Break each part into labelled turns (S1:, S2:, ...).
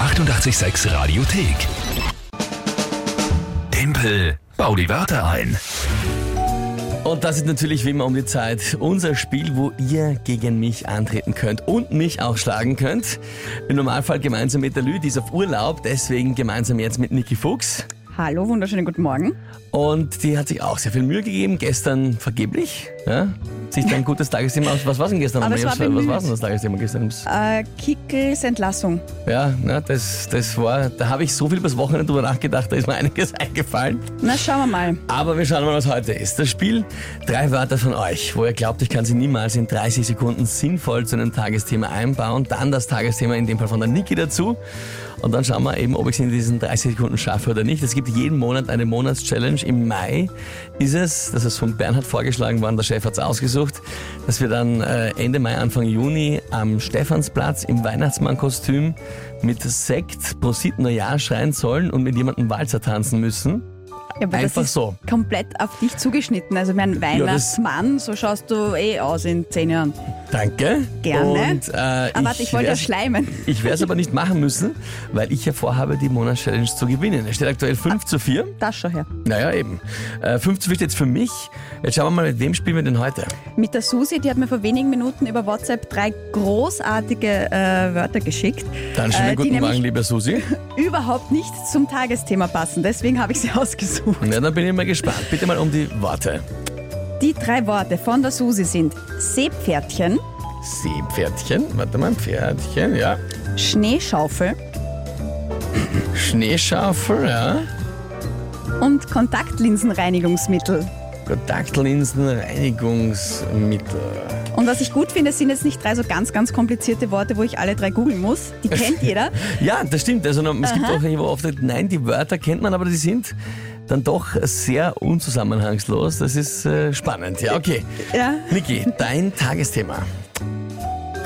S1: 886 Radiothek. Tempel, bau die Wörter ein.
S2: Und das ist natürlich wie immer um die Zeit unser Spiel, wo ihr gegen mich antreten könnt und mich auch schlagen könnt. Im Normalfall gemeinsam mit der Lü, die ist auf Urlaub, deswegen gemeinsam jetzt mit Niki Fuchs.
S3: Hallo, wunderschönen guten Morgen.
S2: Und die hat sich auch sehr viel Mühe gegeben, gestern vergeblich. Ja? Sich dann ein gutes Tagesthema aus. Was war denn gestern?
S3: Aber
S2: was,
S3: es war
S2: was
S3: bemüht.
S2: war denn das Tagesthema gestern?
S3: Äh, Kickels Entlassung.
S2: Ja, na, das, das war, da habe ich so viel bis Wochenende drüber nachgedacht, da ist mir einiges eingefallen.
S3: Na, schauen wir mal.
S2: Aber wir schauen mal, was heute ist. Das Spiel, drei Wörter von euch, wo ihr glaubt, ich kann sie niemals in 30 Sekunden sinnvoll zu einem Tagesthema einbauen. Dann das Tagesthema, in dem Fall von der Niki dazu. Und dann schauen wir eben, ob ich es in diesen 30 Sekunden schaffe oder nicht. Es gibt jeden Monat eine Monatschallenge. Im Mai ist es, das ist von Bernhard vorgeschlagen worden, der Chef hat es ausgesucht, dass wir dann äh, Ende Mai, Anfang Juni am Stephansplatz im Weihnachtsmannkostüm mit Sekt Prosit Neujahr schreien sollen und mit jemandem Walzer tanzen müssen.
S3: Ja, aber
S2: Einfach
S3: das ist
S2: so.
S3: komplett auf dich zugeschnitten. Also mein
S2: das-
S3: Weihnachtsmann, so schaust du eh aus in zehn Jahren.
S2: Danke.
S3: Gerne.
S2: Und, äh,
S3: Aber warte, ich wollte ja
S2: wär's-
S3: schleimen.
S2: Ich werde es aber nicht machen müssen, weil ich ja vorhabe, die Monatschallenge zu gewinnen. Es steht aktuell 5 zu 4.
S3: Das schau her.
S2: Naja, eben. Äh, 5 zu 4 steht für mich. Jetzt schauen wir mal, mit wem spielen wir denn heute?
S3: Mit der Susi, die hat mir vor wenigen Minuten über WhatsApp drei großartige äh, Wörter geschickt,
S2: Dann schönen
S3: Äh, die
S2: guten
S3: nämlich-
S2: Morgen, liebe Susi.
S3: überhaupt nicht zum Tagesthema passen. Deswegen habe ich sie ausgesucht.
S2: Na, dann bin ich mal gespannt. Bitte mal um die Worte.
S3: Die drei Worte von der Susi sind Seepferdchen,
S2: Seepferdchen, warte mal, Pferdchen, ja.
S3: Schneeschaufel
S2: Schneeschaufel, ja.
S3: und Kontaktlinsenreinigungsmittel.
S2: Kontaktlinsen, Reinigungsmittel.
S3: Und was ich gut finde, sind jetzt nicht drei so ganz, ganz komplizierte Worte, wo ich alle drei googeln muss. Die kennt jeder.
S2: Ja, das stimmt. Also es gibt auch irgendwo oft, nein, die Wörter kennt man, aber die sind dann doch sehr unzusammenhangslos. Das ist äh, spannend. Ja, okay.
S3: Ja.
S2: Niki, dein Tagesthema.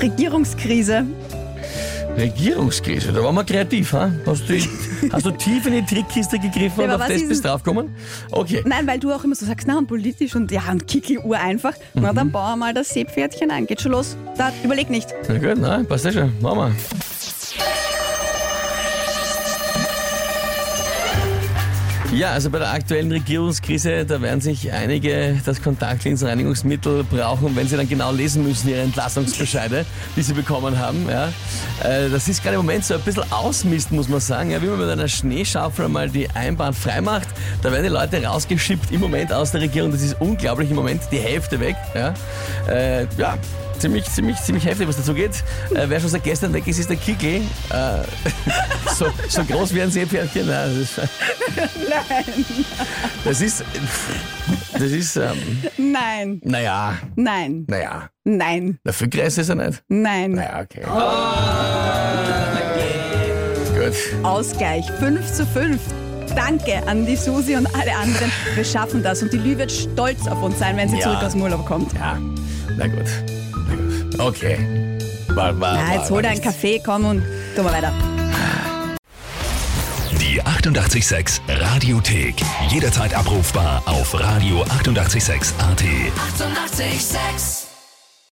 S3: Regierungskrise.
S2: Regierungskrise, da waren wir kreativ, ha? Hast du, hast du tief in die Trickkiste gegriffen
S3: Ja,
S2: und
S3: aber
S2: auf
S3: was
S2: das
S3: ist
S2: bist
S3: denn-
S2: draufgekommen? Okay.
S3: Nein, weil du auch immer so sagst, na und politisch und ja und Kickel ureinfach. Na dann bauen wir mal das Seepferdchen ein. Geht schon los. Da, überleg nicht.
S2: Na gut, na, passt ja schon. Machen wir. Ja, also bei der aktuellen Regierungskrise, da werden sich einige das Kontaktlinsenreinigungsmittel brauchen, wenn sie dann genau lesen müssen, ihre Entlassungsbescheide, die sie bekommen haben. Ja. Äh, Das ist gerade im Moment so ein bisschen ausmisten, muss man sagen. Ja, wie man mit einer Schneeschaufel mal die Einbahn freimacht, da werden die Leute rausgeschippt im Moment aus der Regierung. Das ist unglaublich, im Moment die Hälfte weg. Ja, äh, ja ziemlich, ziemlich, ziemlich heftig, was dazu geht. Äh, wer schon seit gestern weg ist, ist der Kickel. Äh, so, so groß wie ein Seepferdchen. Nein, das ist...
S3: Nein.
S2: Das ist. Das ist. Ähm,
S3: Nein.
S2: naja,
S3: Nein.
S2: naja.
S3: Nein.
S2: Dafür greifst ist er Nou nicht.
S3: Nein.
S2: Naja, okay. Gut.
S3: Ausgleich. 5 zu 5. Danke an die Susi und alle anderen. Wir schaffen das. Und die Lü wird stolz auf uns sein, wenn sie
S2: Ja.
S3: zurück aus dem Urlaub kommt.
S2: Ja, Nou na gut. Na gut. Okay. War, war,
S3: Na,
S2: war,
S3: jetzt hol
S2: war
S3: dir einen
S2: nichts.
S3: Kaffee, komm und tun wir weiter.
S1: Die 886 Radiothek. Jederzeit abrufbar auf radio886.at. 886! 886.
S4: 886